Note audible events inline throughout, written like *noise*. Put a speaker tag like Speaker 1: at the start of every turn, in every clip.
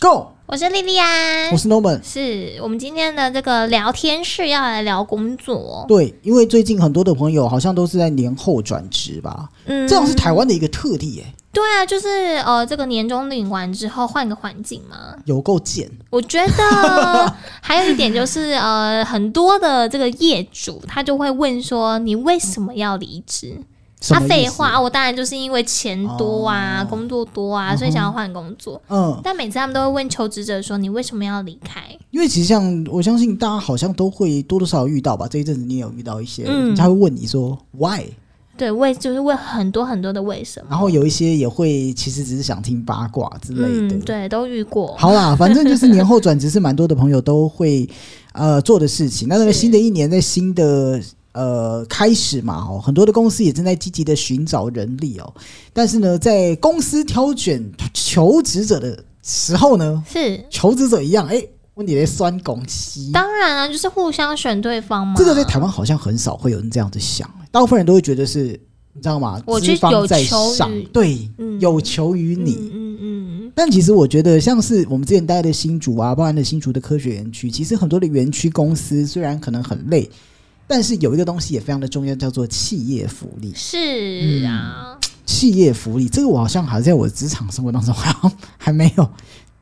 Speaker 1: Go！
Speaker 2: 我是莉莉安
Speaker 1: 我，是 Norman。
Speaker 2: 是我们今天的这个聊天室要来聊工作，
Speaker 1: 对，因为最近很多的朋友好像都是在年后转职吧，
Speaker 2: 嗯，
Speaker 1: 这种是台湾的一个特例、耶，
Speaker 2: 对啊，就是呃，这个年终领完之后换个环境嘛，
Speaker 1: 有够贱。
Speaker 2: 我觉
Speaker 1: *laughs*
Speaker 2: 得还有一点就是呃，很多的这个业主他就会问说，你为什么要离职？
Speaker 1: 什
Speaker 2: 他
Speaker 1: 么意思
Speaker 2: 啊废话，，我当然就是因为钱多啊，
Speaker 1: 哦
Speaker 2: 工作多啊，所以想要换工作。
Speaker 1: 嗯，
Speaker 2: 但每次他们都会问求职者说：“你为什么要离开
Speaker 1: 因为其实像我相信大家好像都会多多少少遇到吧，这一阵子你也有遇到一些，
Speaker 2: 嗯
Speaker 1: 人家会问你说 why，？”
Speaker 2: 对，为就是问很多很多的为什么。
Speaker 1: 然后有一些也会其实只是想听八卦之类的。
Speaker 2: 嗯，对，都遇过。
Speaker 1: 好
Speaker 2: *laughs*
Speaker 1: 啦，反正就是年后转职是蛮多的朋友都会呃做的事情。那那个
Speaker 2: 是
Speaker 1: 新的一年，在新的呃开始嘛，哦，很多的公司也正在积极的寻找人力哦。但是呢，在公司挑选呃求职者的时候呢，
Speaker 2: 是，
Speaker 1: 求职者一样，哎、问你的酸拱西。
Speaker 2: 当然啊，就是互相选对方嘛。
Speaker 1: 这个在台湾好像很少会有人这样子想，大部分人都会觉得是，你知道吗？
Speaker 2: 我
Speaker 1: 资
Speaker 2: 去
Speaker 1: 方
Speaker 2: 有
Speaker 1: 在
Speaker 2: 求
Speaker 1: 上
Speaker 2: 于，
Speaker 1: 对，
Speaker 2: 嗯
Speaker 1: 有求于你。
Speaker 2: 嗯嗯嗯，
Speaker 1: 但其实我觉得，像是我们之前待的新竹啊，包含的新竹的科学园区，其实很多的园区公司虽然可能很累，但是有一个东西也非常的重要，叫做企业福利。
Speaker 2: 是
Speaker 1: 嗯
Speaker 2: 啊，
Speaker 1: 企业福利这个我好像还在我职场生活当中，好像还没有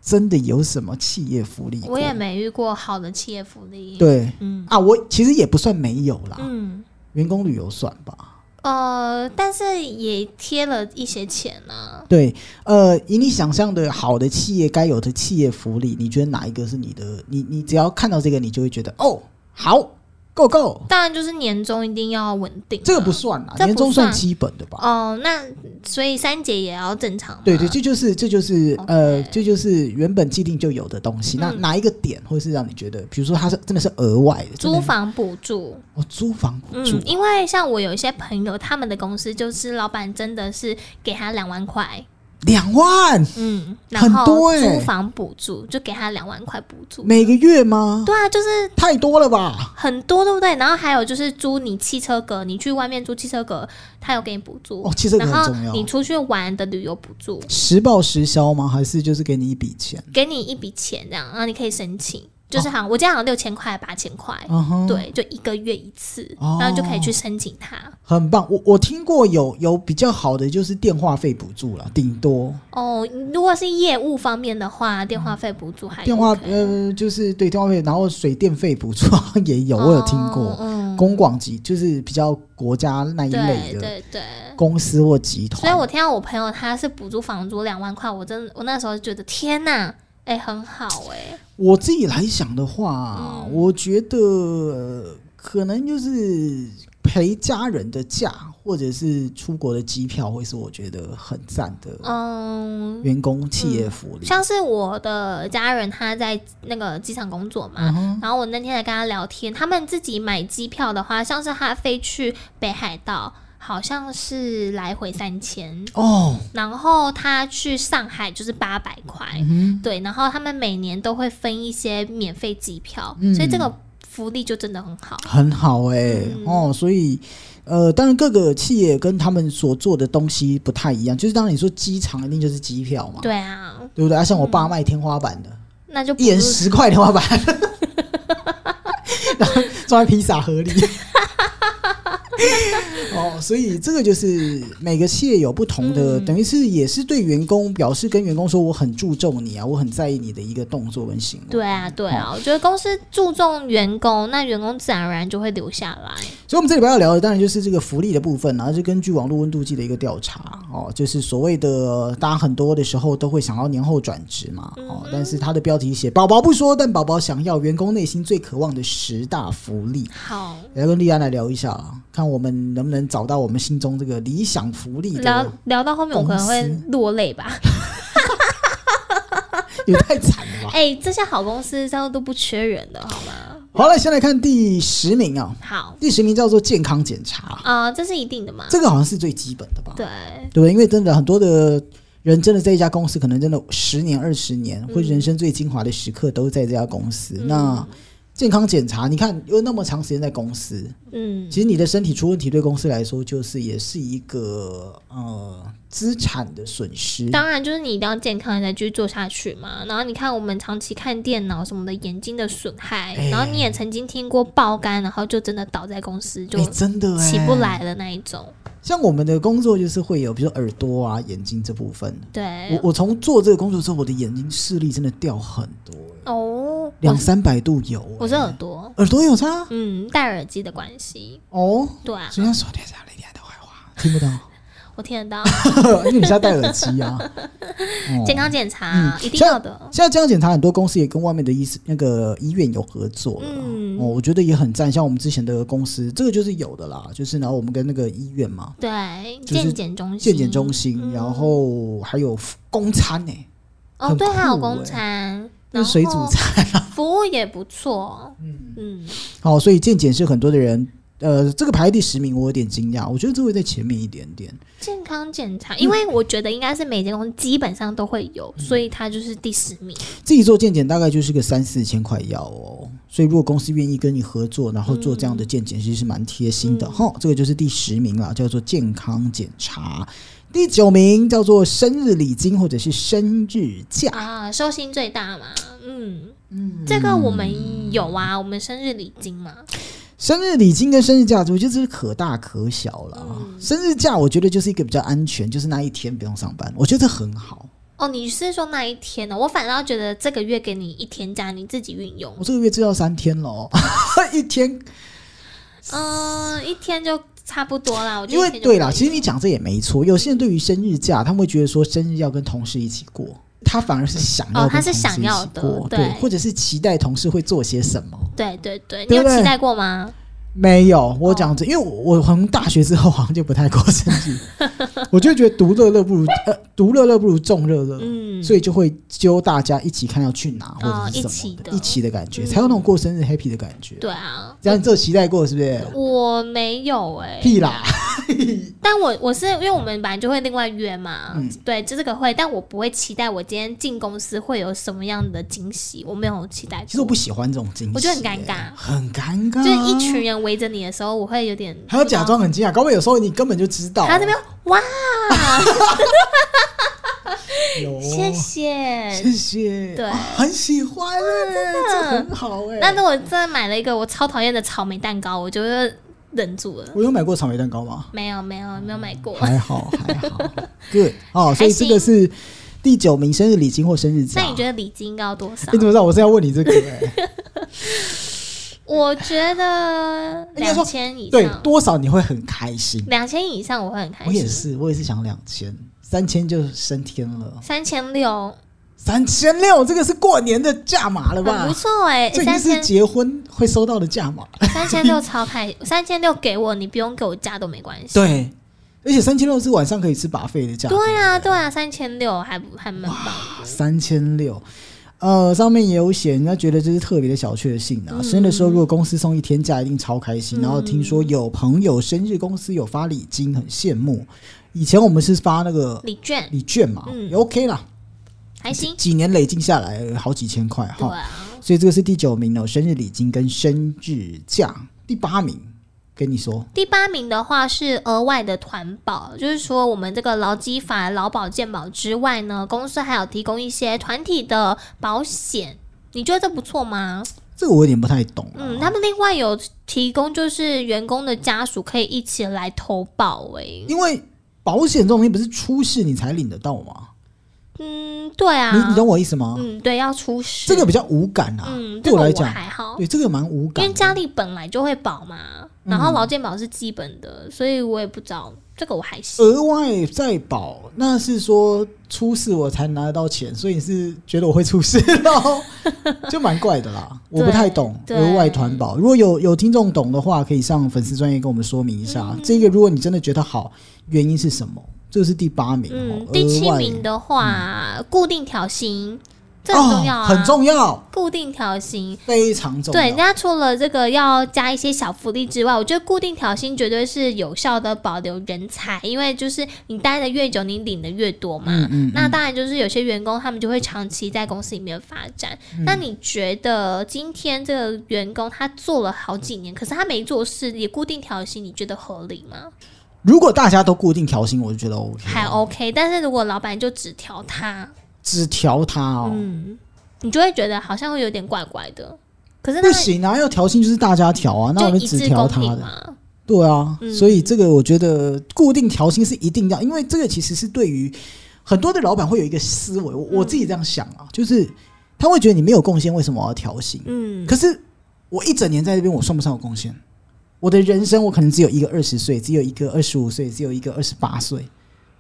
Speaker 1: 真的有什么企业福利过。
Speaker 2: 我也没遇过好的企业福利。，
Speaker 1: 嗯对
Speaker 2: 嗯
Speaker 1: 啊，我其实也不算没有啦，
Speaker 2: 嗯
Speaker 1: 员工旅游算吧。
Speaker 2: 呃，但是也贴了一些钱啊。
Speaker 1: 对，呃，以你想象的好的企业该有的企业福利，你觉得哪一个是你的？你你只要看到这个，你就会觉得哦，好，Go Go。
Speaker 2: 当然就是年终一定要稳定啊、
Speaker 1: 这个不算啦，
Speaker 2: 这不
Speaker 1: 年终
Speaker 2: 算
Speaker 1: 算基本的吧？
Speaker 2: 哦，那所以三节也要正常嘛。
Speaker 1: 对对，这就是这就是呃，
Speaker 2: OK
Speaker 1: 这就是原本既定就有的东西。那
Speaker 2: 嗯
Speaker 1: 哪一个点会是让你觉得，比如说它是真的是额外的真的
Speaker 2: 租房补助，
Speaker 1: 哦，租房补助
Speaker 2: 嗯，，因为像我有一些朋友，他们的公司就是老板真的是给他两万块，
Speaker 1: 两万
Speaker 2: 嗯，然
Speaker 1: 很
Speaker 2: 后
Speaker 1: 多欸
Speaker 2: 租房补助就给他两万块补助，
Speaker 1: 每个月吗？
Speaker 2: 对啊，就是
Speaker 1: 太多了吧？
Speaker 2: 很多，对不对？然后还有就是租你汽车格，你去外面租汽车格，他有给你补助，
Speaker 1: 哦，其实这
Speaker 2: 然
Speaker 1: 个
Speaker 2: 后
Speaker 1: 很重要。
Speaker 2: 你出去玩的旅游补助，
Speaker 1: 实报实销吗？还是就是给你一笔钱？
Speaker 2: 给你一笔钱这样，然后你可以申请，就是
Speaker 1: 哦
Speaker 2: 好像、我记得好像六千块、八千块，
Speaker 1: 嗯哼，，
Speaker 2: 对，就一个月一次，
Speaker 1: 哦
Speaker 2: 然后你就可以去申请它。
Speaker 1: 很棒。我我听过有有比较好的就是电话费补助啦，顶多
Speaker 2: 哦，如果是业务方面的话，电话费补助还、OK、哎
Speaker 1: 电话呃就是对电话费，然后水电费补助 *laughs* 好像也有，我有听过。
Speaker 2: 哦嗯，
Speaker 1: 公广集就是比较国家那一类
Speaker 2: 对
Speaker 1: 的
Speaker 2: 对对。
Speaker 1: 公司或集团。
Speaker 2: 所以我听到我朋友他是补助房租两万块，我真的我那时候就觉得天哪，哎、很好哎、
Speaker 1: 我自己来想的话，
Speaker 2: 嗯
Speaker 1: 我觉得呃可能就是陪家人的假，或者是出国的机票，会是我觉得很赞的
Speaker 2: 嗯，
Speaker 1: 员工企业福利。
Speaker 2: 像是我的家人他在那个机场工作嘛，
Speaker 1: 嗯哼
Speaker 2: 然后我那天还跟他聊天，他们自己买机票的话，像是他飞去北海道，好像是来回三千，
Speaker 1: 哦，
Speaker 2: 然后他去上海就是八百块，
Speaker 1: 嗯
Speaker 2: 对，然后他们每年都会分一些免费机票，
Speaker 1: 嗯
Speaker 2: 所以这个福利就真的很好。
Speaker 1: 哼，很好哎、
Speaker 2: 嗯
Speaker 1: 哦，所以。呃，当然各个企业跟他们所做的东西不太一样，就是当然你说机场一定就是机票嘛，
Speaker 2: 对啊，
Speaker 1: 对不对？啊，像我爸卖天花板的，
Speaker 2: 那就不
Speaker 1: 一人
Speaker 2: 是
Speaker 1: 十块天花板，然后装在披萨盒里。 *laughs* 哦，所以这个就是每个企业有不同的，
Speaker 2: 嗯
Speaker 1: 等于是也是对员工表示跟员工说我很注重你啊，我很在意你的一个动作跟行为。
Speaker 2: 对啊，对啊，我觉得公司注重员工，那员工自然而然就会留下来。
Speaker 1: 所以，我们这里边要聊的当然就是这个福利的部分，然后就根据网络温度计的一个调查哦，就是所谓的大家很多的时候都会想要年后转职嘛哦，但是它的标题写“宝宝不说，但宝宝想要员工内心最渴望的十大福利”。
Speaker 2: 好，
Speaker 1: 来跟莉安来聊一下啦，看我们能不能找到我们心中这个理想福利
Speaker 2: 聊
Speaker 1: 的，
Speaker 2: 聊到后面我可能会
Speaker 1: 公司
Speaker 2: 落泪吧。
Speaker 1: *laughs* 也太惨了吧！
Speaker 2: *laughs* 哎、这些好公司真的都不缺人的，好吗？
Speaker 1: 好了，先来看第十名啊，
Speaker 2: 好，
Speaker 1: 第十名叫做健康检查，
Speaker 2: 啊、这是一定的嘛？
Speaker 1: 这个好像是最基本的吧？
Speaker 2: 对，
Speaker 1: 对不对？因为真的很多的人真的在一家公司，可
Speaker 2: 嗯
Speaker 1: 能真的十年、二十年，或者人生最精华的时刻都在这家公司。那健康检查，你看又那么长时间在公司，
Speaker 2: 嗯
Speaker 1: 其实你的身体出问题，对公司来说就是也是一个呃资产的损失。
Speaker 2: 当然，就是你一定要健康再继续做下去嘛。然后你看，我们长期看电脑什么的，眼睛的损害。
Speaker 1: 哎
Speaker 2: 然后你也曾经听过爆肝，然后就真的倒在公司就
Speaker 1: 哎、真的哎、
Speaker 2: 起不来了那一种。
Speaker 1: 像我们的工作就是会有，比如说耳朵啊、眼睛这部分。
Speaker 2: 对
Speaker 1: 我，我从做这个工作之后，我的眼睛视力真的掉很多，
Speaker 2: 哦，
Speaker 1: 两
Speaker 2: 我
Speaker 1: 三百度有、哎
Speaker 2: 我是耳朵，
Speaker 1: 耳朵有差
Speaker 2: 嗯，戴耳机的关系。
Speaker 1: 哦，
Speaker 2: 对啊，
Speaker 1: 所以他说你在哪里天的坏话听不到，
Speaker 2: 我听得到。
Speaker 1: 哦因为你现在戴耳机啊。哦
Speaker 2: 健康检查、
Speaker 1: 嗯
Speaker 2: 一定要的。
Speaker 1: 现在健康检查，很多公司也跟外面的医那个医院有合作了，
Speaker 2: 嗯
Speaker 1: 哦，我觉得也很赞。像我们之前的公司，这个就是有的啦，就是然后我们跟那个医院嘛，
Speaker 2: 对，
Speaker 1: 就是
Speaker 2: 健检中心，
Speaker 1: 健检中心，然后还有公餐呢、
Speaker 2: 哦，
Speaker 1: 很
Speaker 2: 对，
Speaker 1: 酷
Speaker 2: 还有公
Speaker 1: 欸
Speaker 2: 餐，
Speaker 1: 就
Speaker 2: 然
Speaker 1: 是水煮
Speaker 2: 后
Speaker 1: 餐。
Speaker 2: 服务也不错。嗯嗯，
Speaker 1: 哦，所以健检是很多的人。呃，这个排第十名，我有点惊讶，我觉得这会在前面一点点。
Speaker 2: 健康检查，因为我觉得应该是每间公司基本上都会有，
Speaker 1: 嗯
Speaker 2: 所以它就是第十名。
Speaker 1: 自己做健检大概就是个三四千块药哦，所以如果公司愿意跟你合作，然后做这样的健检，其实是蛮贴心的哈、这个就是第十名啦，叫做健康检查。第九名叫做生日礼金或者是生日假，
Speaker 2: 啊，收心最大嘛，嗯嗯，这个我们有啊，我们生日礼金嘛，
Speaker 1: 生日礼金跟生日假，我觉得这是可大可小啦。生日假我觉得就是一个比较安全，就是那一天不用上班，我觉得很好。
Speaker 2: 哦，你是说那一天哦呢？我反倒觉得这个月给你一天假，你自己运用
Speaker 1: 我，这个月就要三天喽， *laughs* 一天
Speaker 2: 嗯，一天就差不多啦。我觉
Speaker 1: 因
Speaker 2: 得
Speaker 1: 为
Speaker 2: 一天就
Speaker 1: 对啦，
Speaker 2: 可以
Speaker 1: 其实你讲这也没错。有些人对于生日假，他们会觉得说生日要跟同事一起过，他反而是想要
Speaker 2: 哦
Speaker 1: 跟
Speaker 2: 他是
Speaker 1: 同事
Speaker 2: 想
Speaker 1: 一起
Speaker 2: 要的
Speaker 1: 过
Speaker 2: 对
Speaker 1: 对，或者是期待同事会做些什么。
Speaker 2: 对对对，你
Speaker 1: 对
Speaker 2: 有
Speaker 1: 不对
Speaker 2: 期待过吗？
Speaker 1: 没有，我
Speaker 2: 哦
Speaker 1: 讲这，因为我我从大学之后好像就不太过生日， *laughs* 我就觉得独乐乐不如呃独乐乐不如众乐乐，
Speaker 2: 嗯，
Speaker 1: 所以就会揪大家一起看要去哪
Speaker 2: 哦
Speaker 1: 或者是
Speaker 2: 一
Speaker 1: 什
Speaker 2: 起
Speaker 1: 么
Speaker 2: 的嗯
Speaker 1: 一起的感觉，才有那种过生日 happy 的感觉。
Speaker 2: 对啊，
Speaker 1: 这样你这有期待过是不是？
Speaker 2: 我没有哎、
Speaker 1: 屁啦！
Speaker 2: 但我我是因为我们本来就会另外约嘛，
Speaker 1: 嗯
Speaker 2: 对，就这个会，但我不会期待我今天进公司会有什么样的惊喜，我没有期待过。
Speaker 1: 其实我不喜欢这种惊喜，
Speaker 2: 我觉得很尴尬
Speaker 1: 很尴尬，啊
Speaker 2: 就是一群人围着你的时候，我会有点
Speaker 1: 还要假，装很惊啊讶，搞不好有时候你根本就知道。
Speaker 2: 还要这边哇，
Speaker 1: 有
Speaker 2: 谢谢。
Speaker 1: 谢谢，
Speaker 2: 对
Speaker 1: 啊很喜欢哎，这很好哎。
Speaker 2: 那如果真的买了一个我超讨厌的草莓蛋糕，我就会忍住了。
Speaker 1: 我有买过草莓蛋糕吗？
Speaker 2: 没有没有没有买过。
Speaker 1: 还好啊还
Speaker 2: *laughs*
Speaker 1: 好，good 哦，所以这个是第九名生日礼金或生日假。
Speaker 2: 那你觉得礼金应该要多少
Speaker 1: 你？哎怎么知道我是要问你这个？
Speaker 2: *laughs*
Speaker 1: 哎
Speaker 2: 我觉得
Speaker 1: 哎应该说
Speaker 2: 两千以
Speaker 1: 对，
Speaker 2: 上，
Speaker 1: 多少你会很开心？
Speaker 2: 两千以上我会很开
Speaker 1: 我也
Speaker 2: 心。
Speaker 1: 是，我也是想两千，三千就升天了，
Speaker 2: 三千六
Speaker 1: 三千六这个是过年的价码了
Speaker 2: 很
Speaker 1: 吧
Speaker 2: 不？错哎、
Speaker 1: 这已经
Speaker 2: 三
Speaker 1: 是
Speaker 2: 千
Speaker 1: 结婚会收到的价码。
Speaker 2: 三千六超开， *laughs* 三千六给我，你不用给我加都没关系。
Speaker 1: 对，而且三千六是晚上可以吃把费的价格，啊
Speaker 2: 对啊，对啊，三千六还不还蛮棒。
Speaker 1: 三千六。呃，上面也有写，人家觉得这是特别的小确幸啊。生日的时
Speaker 2: 嗯
Speaker 1: 候，如果公司送一天假，一定超开心。然后听说有朋友生日，公司有发礼金，很羡慕。以前我们是发那个
Speaker 2: 礼券
Speaker 1: 礼券嘛，
Speaker 2: 嗯
Speaker 1: 也 OK 啦，
Speaker 2: 还行，
Speaker 1: 几年累积下来好几千块
Speaker 2: 对
Speaker 1: 哈。
Speaker 2: 啊，
Speaker 1: 所以这个是第九名哦，生日礼金跟生日假。第八名，跟你说，
Speaker 2: 第八名的话是额外的团保，就是说我们这个劳基法、劳保、健保之外呢，公司还有提供一些团体的保险。你觉得这不错吗？
Speaker 1: 这个我有点不太懂、啊。
Speaker 2: 嗯，他们另外有提供，就是员工的家属可以一起来投保、欸诶。
Speaker 1: 因为保险这种东西不是出事你才领得到吗？
Speaker 2: 嗯，对啊，
Speaker 1: 你你懂我意思吗？
Speaker 2: 嗯，对，要出事。
Speaker 1: 这个比较无感啊，
Speaker 2: 嗯，这
Speaker 1: 对
Speaker 2: 个
Speaker 1: 我来
Speaker 2: 我
Speaker 1: 讲，
Speaker 2: 还好，
Speaker 1: 对这个蛮无
Speaker 2: 因
Speaker 1: 感嗯
Speaker 2: 为家里本来就会保嘛，然后劳健保是基本的，所以我也不知道这个我还行。
Speaker 1: 额外再保，那是说出事我才拿得到钱，所以你是觉得我会出事喽？ *laughs* 就蛮怪的
Speaker 2: *laughs*
Speaker 1: 啦，我不太懂
Speaker 2: 对
Speaker 1: 额外团保。如果有有听众懂的话，可以上粉丝专业跟我们说明一下。
Speaker 2: 嗯
Speaker 1: 这个如果你真的觉得好，原因是什么？这个是第八名哦
Speaker 2: 嗯，，
Speaker 1: 额
Speaker 2: 第七
Speaker 1: 外嗯
Speaker 2: 名的话，固定调薪，这很重要啊，
Speaker 1: 哦，很重要，
Speaker 2: 固定调薪。
Speaker 1: 非常重要。
Speaker 2: 对，人家除了这个要加一些小福利之外，我觉得固定调薪绝对是有效的保留人才，因为就是你待的越久，你领的越多嘛。
Speaker 1: 嗯嗯，
Speaker 2: 那当然就是有些员工他们就会长期在公司里面发展。那
Speaker 1: 嗯
Speaker 2: 你觉得今天这个员工他做了好几年，可是他没做事，也固定调薪，你觉得合理吗？
Speaker 1: 如果大家都固定调薪，我就觉得 OK，
Speaker 2: 还 OK，但是如果老板就只调他，
Speaker 1: 只调他哦。
Speaker 2: 嗯，你就会觉得好像会有点怪怪的。可是
Speaker 1: 不
Speaker 2: 那
Speaker 1: 行啊，要调薪就是大家调啊，那我
Speaker 2: 就
Speaker 1: 们
Speaker 2: 一
Speaker 1: 只
Speaker 2: 致
Speaker 1: 调
Speaker 2: 公
Speaker 1: 他
Speaker 2: 平
Speaker 1: 的，
Speaker 2: 嘛？
Speaker 1: 对啊，
Speaker 2: 嗯
Speaker 1: 所以这个我觉得固定调薪是一定要，因为这个其实是对于很多的老板会有一个思维，
Speaker 2: 嗯
Speaker 1: 我我自己这样想啊，就是他会觉得你没有贡献，为什么我要调薪？
Speaker 2: 嗯，
Speaker 1: 可是我一整年在这边，我算不上有贡献。我的人生，我可能只有一个二十岁，只有一个二十五岁，只有一个二十八岁。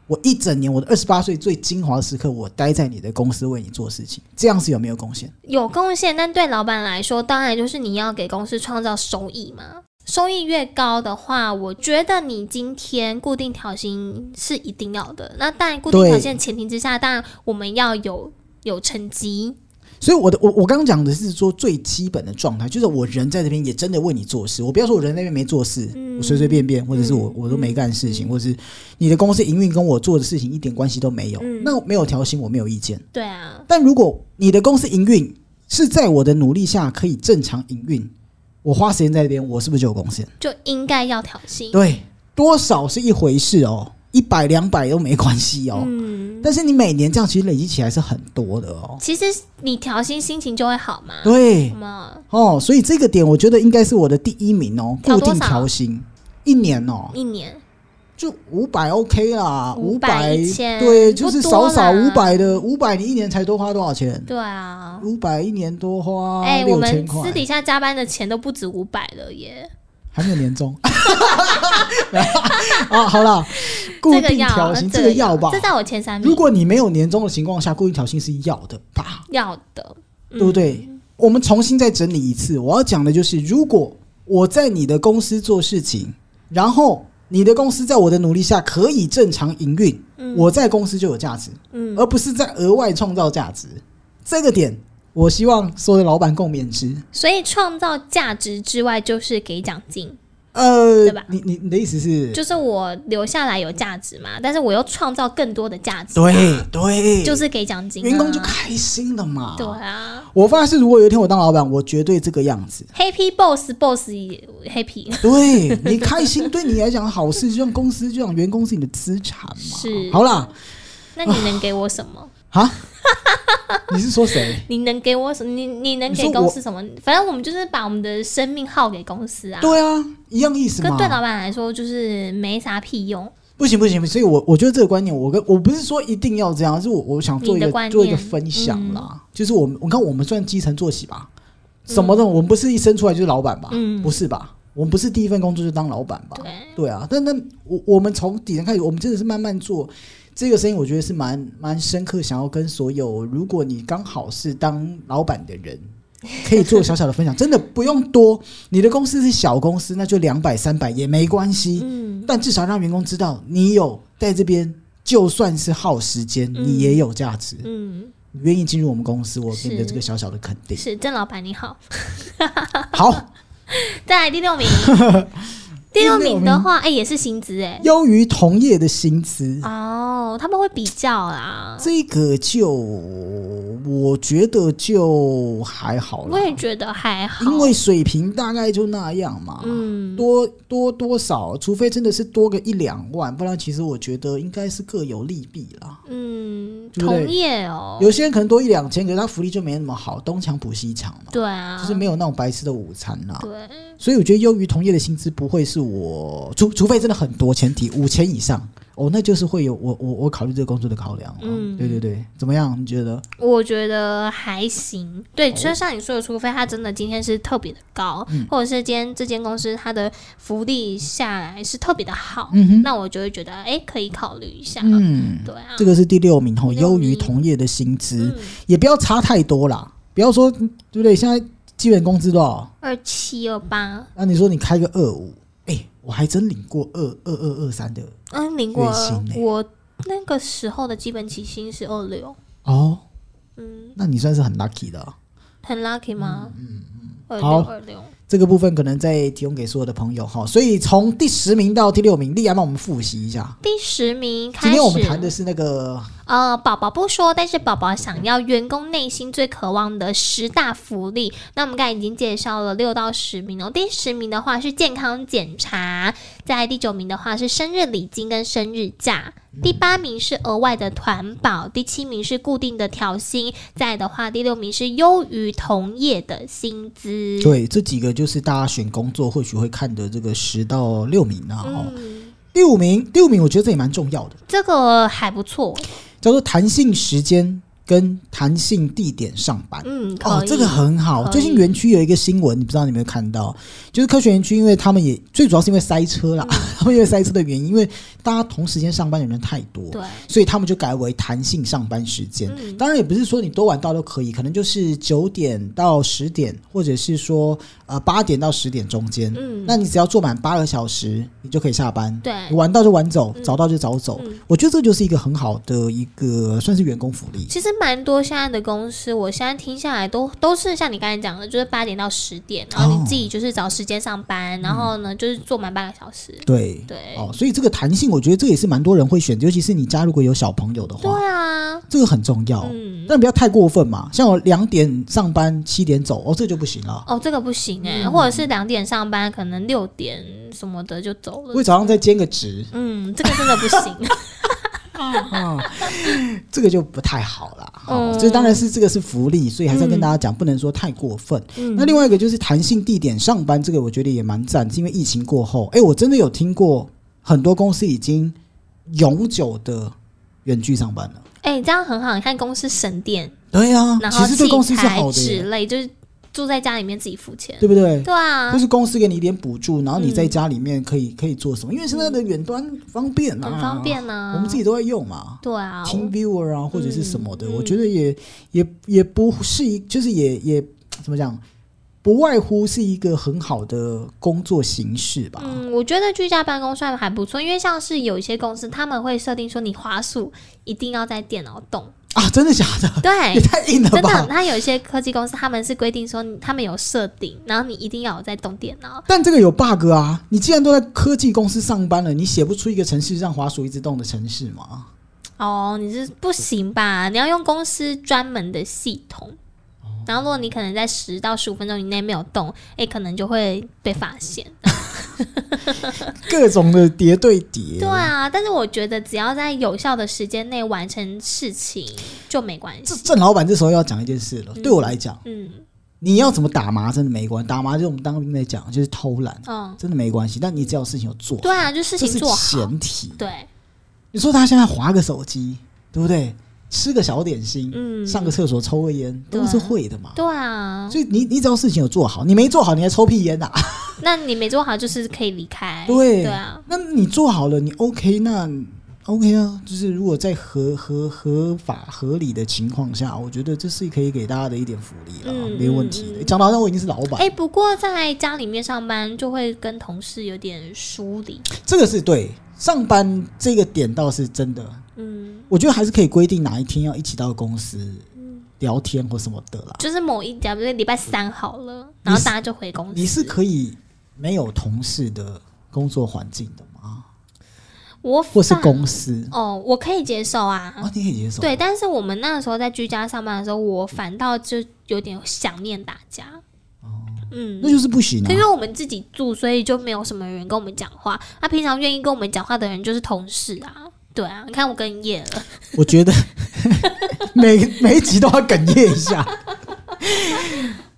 Speaker 1: 我一整年，我的二十八岁最精华的时刻，我待在你的公司为你做事情，这样是有没有贡献？
Speaker 2: 有贡献，但对老板来说，当然就是你要给公司创造收益嘛。收益越高的话，我觉得你今天固定调薪是一定要的。那但固定
Speaker 1: 对
Speaker 2: 调薪的前提之下，当然我们要有有成绩。
Speaker 1: 所以我的我我刚刚讲的是说最基本的状态，就是我人在这边也真的为你做事。我不要说我人在那边没做事，
Speaker 2: 嗯
Speaker 1: 我随随便便，或者是我我都没干事情，或者是你的公司营运跟我做的事情一点关系都没有，
Speaker 2: 嗯
Speaker 1: 那没有调薪我没有意见。
Speaker 2: 对啊，
Speaker 1: 但如果你的公司营运是在我的努力下可以正常营运，我花时间在这边，我是不是就有贡献？
Speaker 2: 就应该要调薪。
Speaker 1: 对，多少是一回事哦，一百两百都没关系哦。
Speaker 2: 嗯，
Speaker 1: 但是你每年这样其实累积起来是很多的哦。
Speaker 2: 其实你调薪心情就会好嘛。
Speaker 1: 对
Speaker 2: 什么
Speaker 1: 哦，所以这个点我觉得应该是我的第一名哦，
Speaker 2: 调
Speaker 1: 固
Speaker 2: 多
Speaker 1: 定
Speaker 2: 少
Speaker 1: 调薪。一年哦，
Speaker 2: 一年
Speaker 1: 就五百 OK 啦，五
Speaker 2: 500
Speaker 1: 百
Speaker 2: 一千
Speaker 1: 对，就是
Speaker 2: 不多
Speaker 1: 少少
Speaker 2: 啦
Speaker 1: 五百的五百，你一年才多花多少钱？
Speaker 2: 对啊，
Speaker 1: 五百一年多花
Speaker 2: 哎、我
Speaker 1: 六千
Speaker 2: 们
Speaker 1: 块，
Speaker 2: 私底下加班的钱都不止五百了耶。
Speaker 1: 还没有年终。 *laughs* 啊，好啦，固
Speaker 2: 这个
Speaker 1: 定
Speaker 2: 要
Speaker 1: 调薪
Speaker 2: 这
Speaker 1: 这个要吧
Speaker 2: 这。在我前三名。
Speaker 1: 如果你没有年终的情况下，固定调薪是要的吧，
Speaker 2: 要的，嗯
Speaker 1: 对不对？我们重新再整理一次。我要讲的就是，如果我在你的公司做事情，然后你的公司在我的努力下可以正常营运，
Speaker 2: 嗯
Speaker 1: 我在公司就有价值，
Speaker 2: 嗯，
Speaker 1: 而不是在额外创造价值。这个点，我希望所有的老板共勉之。
Speaker 2: 所以创造价值之外，就是给奖金，
Speaker 1: 呃
Speaker 2: 对吧，
Speaker 1: 你你你的意思是？
Speaker 2: 就是我留下来有价值嘛，但是我又创造更多的价值，
Speaker 1: 对对，
Speaker 2: 就是给奖金啊、
Speaker 1: 员工就开心了嘛。
Speaker 2: 对啊
Speaker 1: 我发誓，如果有一天我当老板，我绝对这个样子。
Speaker 2: ，Happy Boss Boss 也 Happy *laughs*
Speaker 1: 对你开心，对你来讲好事，就像公司，就像员工是你的资产嘛。
Speaker 2: 是
Speaker 1: 好啦，
Speaker 2: 那你能给我什
Speaker 1: *sighs*
Speaker 2: 么？
Speaker 1: 啊， *laughs* 你是说谁？
Speaker 2: 你能给我什么？你你能给
Speaker 1: 你说
Speaker 2: 公
Speaker 1: 我
Speaker 2: 司什么？反正我们就是把我们的生命耗给公司啊。
Speaker 1: 对啊，一样意思
Speaker 2: 跟
Speaker 1: 嘛。
Speaker 2: 对老板来说，就是没啥屁用。
Speaker 1: 不行不行，所以我我觉得这个观念，我跟我不是说一定要这样，是我我想做一
Speaker 2: 你的
Speaker 1: 个
Speaker 2: 观念嗯
Speaker 1: 做一个分享啦。就是我们，我看我们算基层做起吧，什么的，我们不是一生出来就是老板吧？
Speaker 2: 嗯
Speaker 1: 不是吧？我们不是第一份工作就当老板吧？
Speaker 2: 对，
Speaker 1: 对啊，但但我我们从底层开始，我们真的是慢慢做这个生意，我觉得是蛮蛮深刻，想要跟所有如果你刚好是当老板的人，可以做小小的
Speaker 2: *laughs*
Speaker 1: 分享，真的不用多。你的公司是小公司，那就两百三百也没关系，
Speaker 2: 嗯，
Speaker 1: 但至少让员工知道你有在这边，就算是耗时间，
Speaker 2: 嗯
Speaker 1: 你也有价值。
Speaker 2: 嗯，
Speaker 1: 你愿意进入我们公司，我给你的
Speaker 2: 是
Speaker 1: 这个小小的肯
Speaker 2: *laughs*
Speaker 1: 定。
Speaker 2: 是郑老板你好。
Speaker 1: 好，
Speaker 2: 再来
Speaker 1: *laughs*
Speaker 2: 第六名，第六名的话，哎、也是薪资哎、
Speaker 1: 优于同业的薪资。
Speaker 2: 哦，他们会比较啦。
Speaker 1: 这个就我觉得就还好
Speaker 2: 我
Speaker 1: 啦，
Speaker 2: 也觉得还好，
Speaker 1: 因为水平大概就那样嘛，
Speaker 2: 嗯，
Speaker 1: 多多多少，除非真的是多个一两万，不然其实我觉得应该是各有利弊啦。
Speaker 2: 嗯，
Speaker 1: 对不对
Speaker 2: 同业哦、
Speaker 1: 有些人可能多一两千，可是他福利就没那么好，东墙补西墙嘛，
Speaker 2: 对啊，
Speaker 1: 就是没有那种白吃的午餐啦。
Speaker 2: 对，
Speaker 1: 所以我觉得优于同业的薪资不会是我，除除非真的很多，前提五千以上哦，那就是会有我我我考虑这个工作的考量。
Speaker 2: 嗯
Speaker 1: 嗯，对对对，怎么样？你觉得？
Speaker 2: 我觉得还行。对，就像你说的，除非他真的今天是特别的高，
Speaker 1: 嗯
Speaker 2: 或者是今天这间公司它的福利下来是特别的好，
Speaker 1: 嗯哼
Speaker 2: 那我就会觉得哎、可以考虑一下。
Speaker 1: 嗯。
Speaker 2: 对啊，
Speaker 1: 这个是第六名吼，
Speaker 2: 第六
Speaker 1: 优
Speaker 2: 名
Speaker 1: 于同业的薪资，
Speaker 2: 嗯，
Speaker 1: 也不要差太多啦，不要说嗯对不对？现在基本工资多少？
Speaker 2: 二七二八，
Speaker 1: 那、你说你开个二五，哎，我还真领过二二二二三的
Speaker 2: 嗯，领过
Speaker 1: 月薪欸
Speaker 2: 我那个时候的基本起薪是二六，
Speaker 1: 哦，
Speaker 2: 嗯，
Speaker 1: 那你算是很 lucky 的哦、
Speaker 2: 很 lucky 吗？嗯嗯，二六
Speaker 1: 好
Speaker 2: 二六，
Speaker 1: 这个部分可能再提供给所有的朋友哈。所以从第十名到第六名，丽安帮我们复习一下。
Speaker 2: 第十名开
Speaker 1: 今
Speaker 2: 始。
Speaker 1: 天我们谈的是那个
Speaker 2: 呃，宝宝不说，但是宝宝想要员工内心最渴望的十大福利。那我们刚才已经介绍了六到十名哦。第十名的话是健康检查，在第九名的话是生日礼金跟生日假，
Speaker 1: 嗯
Speaker 2: 第八名是额外的团保，第七名是固定的调薪，再的话第六名是优于同业的薪资。
Speaker 1: 对这几个，就是大家选工作或许会看的这个十到六名啊。哦，
Speaker 2: 嗯，
Speaker 1: 第五名，第五名我觉得这也蛮重要的，
Speaker 2: 这个还不错，
Speaker 1: 叫做弹性时间跟弹性地点上班。
Speaker 2: 嗯，可以，
Speaker 1: 哦，这个很好。
Speaker 2: 可以
Speaker 1: 最近园区有一个新闻，你不知道你有没有看到？就是科学园区，因为他们也最主要是因为塞车
Speaker 2: 嗯
Speaker 1: 啦， *laughs* 他们因为塞车的原因，因为大家同时间上班的人太多，
Speaker 2: 对，
Speaker 1: 所以他们就改为弹性上班时间。
Speaker 2: 嗯
Speaker 1: 当然也不是说你多晚到都可以，可能就是九点到十点，或者是说呃八点到十点中间。
Speaker 2: 嗯
Speaker 1: 那你只要做满八个小时，你就可以下班。
Speaker 2: 对
Speaker 1: 你晚到就晚走，早到就早走。
Speaker 2: 哎嗯
Speaker 1: 我觉得这就是一个很好的一个算是员工福利。
Speaker 2: 其实蛮多现在的公司，我现在听下来都都是像你刚才讲的，就是八点到十点，然
Speaker 1: 哦
Speaker 2: 后你自己就是找时间上班，然后呢就是做满半个小时。
Speaker 1: 对
Speaker 2: 对
Speaker 1: 嗯哦，所以这个弹性，我觉得这也是蛮多人会选择，尤其是你家如果有小朋友的
Speaker 2: 对
Speaker 1: 话，
Speaker 2: 啊，
Speaker 1: 这个很重要。
Speaker 2: 嗯，
Speaker 1: 但不要太过分嘛，像我两点上班，七点走，哦，这就不行了。
Speaker 2: 哦，这个不行哎、
Speaker 1: 嗯
Speaker 2: 或者是两点上班，可能六点什么的就走
Speaker 1: 我
Speaker 2: 了。
Speaker 1: 早上再兼个职，
Speaker 2: 嗯，这个真的不
Speaker 1: *laughs*
Speaker 2: 行。
Speaker 1: 哦这个就不太好了。哦，
Speaker 2: 嗯
Speaker 1: 这当然是这个是福利，所以还是要跟大家讲，不能说太过分。
Speaker 2: 嗯
Speaker 1: 那另外一个就是弹性地点上班，这个我觉得也蛮赞，是因为疫情过后，哎，我真的有听过很多公司已经永久的远距上班了。
Speaker 2: 哎、这样很好，你看公司省电，
Speaker 1: 对啊，
Speaker 2: 然
Speaker 1: 其
Speaker 2: 后
Speaker 1: 实对公司
Speaker 2: 器
Speaker 1: 是
Speaker 2: 材
Speaker 1: 好的
Speaker 2: 之
Speaker 1: 耶，
Speaker 2: 类，就是住在家里面自己付钱。
Speaker 1: 对不对？
Speaker 2: 对啊嗯
Speaker 1: 或，是公司给你一点补助，然后你在家里面可以、可以做什么？因为现在的远端方便啊，
Speaker 2: 很方、便啊。
Speaker 1: 我们自己都在用嘛。
Speaker 2: 对啊，
Speaker 1: TeamViewer 啊，或者是什么的，
Speaker 2: 嗯
Speaker 1: 我觉得也也也不是一，就是也也怎么讲，不外乎是一个很好的工作形式吧。
Speaker 2: 嗯，我觉得居家办公算还不错，因为像是有一些公司他们会设定说你滑鼠一定要在电脑 *laughs* 动，
Speaker 1: 啊，真的假的？也
Speaker 2: 对，
Speaker 1: 太硬了
Speaker 2: 哎 *laughs* 真的，
Speaker 1: 吧！
Speaker 2: 它有一些科技公司他们是规定说你他们有设定，然后你一定要有在动电脑。
Speaker 1: 但这个有 bug 啊！你既然都在科技公司上班了，你写不出一个城市让滑鼠一直动的城市吗？
Speaker 2: 哦，你是不行吧？你要用公司专门的系统。然后，如果你可能在十到十五分钟以内没有动，哎，可能就会被发现。
Speaker 1: 各种的叠对叠，
Speaker 2: 对啊，但是我觉得只要在有效的时间内完成事情就没关
Speaker 1: 这
Speaker 2: 系。
Speaker 1: 郑老板这时候要讲一件事了，对我来讲，
Speaker 2: 嗯
Speaker 1: 你要怎么打麻真的没关系，打麻就是我们当兵在讲，就是偷懒，
Speaker 2: 嗯，
Speaker 1: 真的没关系。但你只要事情有做，
Speaker 2: 对啊，就事
Speaker 1: 这
Speaker 2: 情
Speaker 1: 是
Speaker 2: 做好。
Speaker 1: 前提。
Speaker 2: 对，
Speaker 1: 你说他现在划个手机，对不对？吃个小点心，
Speaker 2: 嗯
Speaker 1: 上个厕所抽个烟，
Speaker 2: 对
Speaker 1: 都是会的嘛。
Speaker 2: 对啊，
Speaker 1: 所以你你只要事情有做好，你没做好你还抽屁烟呐、啊
Speaker 2: 那你没做好就是可以离
Speaker 1: *laughs*
Speaker 2: 开。
Speaker 1: 对
Speaker 2: 啊，
Speaker 1: 那你做好了，你 OK 那 OK 啊，就是如果在合合合法合理的情况下，我觉得这是可以给大家的一点福利啦，
Speaker 2: 嗯
Speaker 1: 没问题的。讲到那我已经是老板了
Speaker 2: 哎、不过在家里面上班就会跟同事有点疏离。
Speaker 1: 这个是对上班这个点倒是真的，
Speaker 2: 嗯，
Speaker 1: 我觉得还是可以规定哪一天要一起到公司聊天或什么的啦。
Speaker 2: 就是某一假如说礼拜三好了，然后大家就回公司。
Speaker 1: 你是可以没有同事的工作环境的吗？
Speaker 2: 我
Speaker 1: 或是
Speaker 2: 反
Speaker 1: 公司
Speaker 2: 哦，我可以接受啊。
Speaker 1: 啊？你可以接受？
Speaker 2: 对，但是我们那个时候在居家上班的时候，我反倒就有点想念大家。嗯，
Speaker 1: 哦那就是不行
Speaker 2: 因
Speaker 1: 啊。
Speaker 2: 为我们自己住，所以就没有什么人跟我们讲话。那、平常愿意跟我们讲话的人就是同事啊。对啊，你看我哽咽了。
Speaker 1: 我觉
Speaker 2: *laughs*
Speaker 1: 得每每一集都要哽咽一下。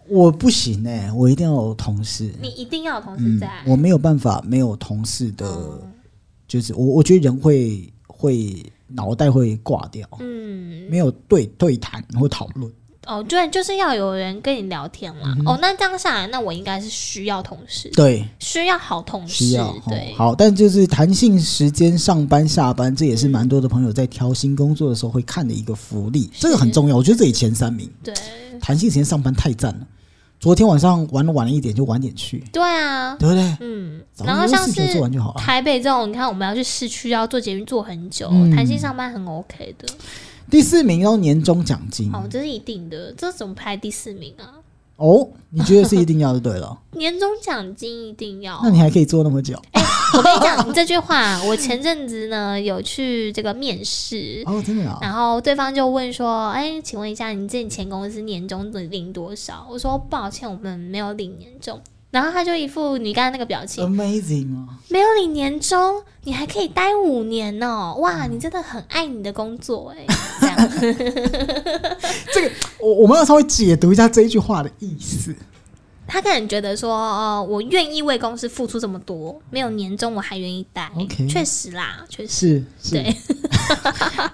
Speaker 1: 我不行哎、我一定要有同事。
Speaker 2: 你一定要有同事
Speaker 1: 嗯
Speaker 2: 在。，哦
Speaker 1: 我没有办法没有同事的，就是我我觉得人会会脑袋会挂掉，
Speaker 2: 嗯，
Speaker 1: 没有对对谈或讨论。
Speaker 2: 哦，对，就是要有人跟你聊天啦。
Speaker 1: 嗯
Speaker 2: 哦，那这样下来，那我应该是需要同事，
Speaker 1: 对，
Speaker 2: 需要好同事，
Speaker 1: 需要哦
Speaker 2: 对，
Speaker 1: 好，但就是弹性时间上班下班，这也是蛮多的朋友在挑新工作的时候会看的一个福利，这个很重要。我觉得这里前三名，
Speaker 2: 对，
Speaker 1: 弹性时间上班太赞了。昨天晚上玩晚了一点就晚点去，
Speaker 2: 对啊，
Speaker 1: 对不对？
Speaker 2: 嗯，
Speaker 1: 早
Speaker 2: 然后
Speaker 1: 上
Speaker 2: 像
Speaker 1: 事情有
Speaker 2: 是
Speaker 1: 做完就好了。嗯
Speaker 2: 台北这种，你看我们要去市区要坐捷运坐很久，弹性上班很 OK 的，
Speaker 1: 第四名哦，年终奖金
Speaker 2: 哦，这是一定的，这怎么排第四名啊？
Speaker 1: 哦，你觉得是一定要就对
Speaker 2: *laughs*
Speaker 1: 了，
Speaker 2: 年终奖金一定要
Speaker 1: 那。你还可以做那么
Speaker 2: *laughs*
Speaker 1: 久
Speaker 2: 我跟你讲，你这句话，我前阵子呢有去这个面试，
Speaker 1: 哦，真的啊，
Speaker 2: 然后对方就问说：“哎，请问一下，你之前公司年终领多少？”我说：“抱歉，我们没有领年终。”然后他就一副你刚才那个表情，
Speaker 1: Amazing 啊！
Speaker 2: 没有领年终，你还可以待五年哦！哇，你真的很爱你的工作哎、 *laughs* 这样
Speaker 1: 我我们要稍微解读一下这一句话的意思。
Speaker 2: 他可能觉得说，哦，我愿意为公司付出这么多，没有年终我还愿意待
Speaker 1: OK
Speaker 2: 确实啦，确实，
Speaker 1: 是是
Speaker 2: *laughs* 对，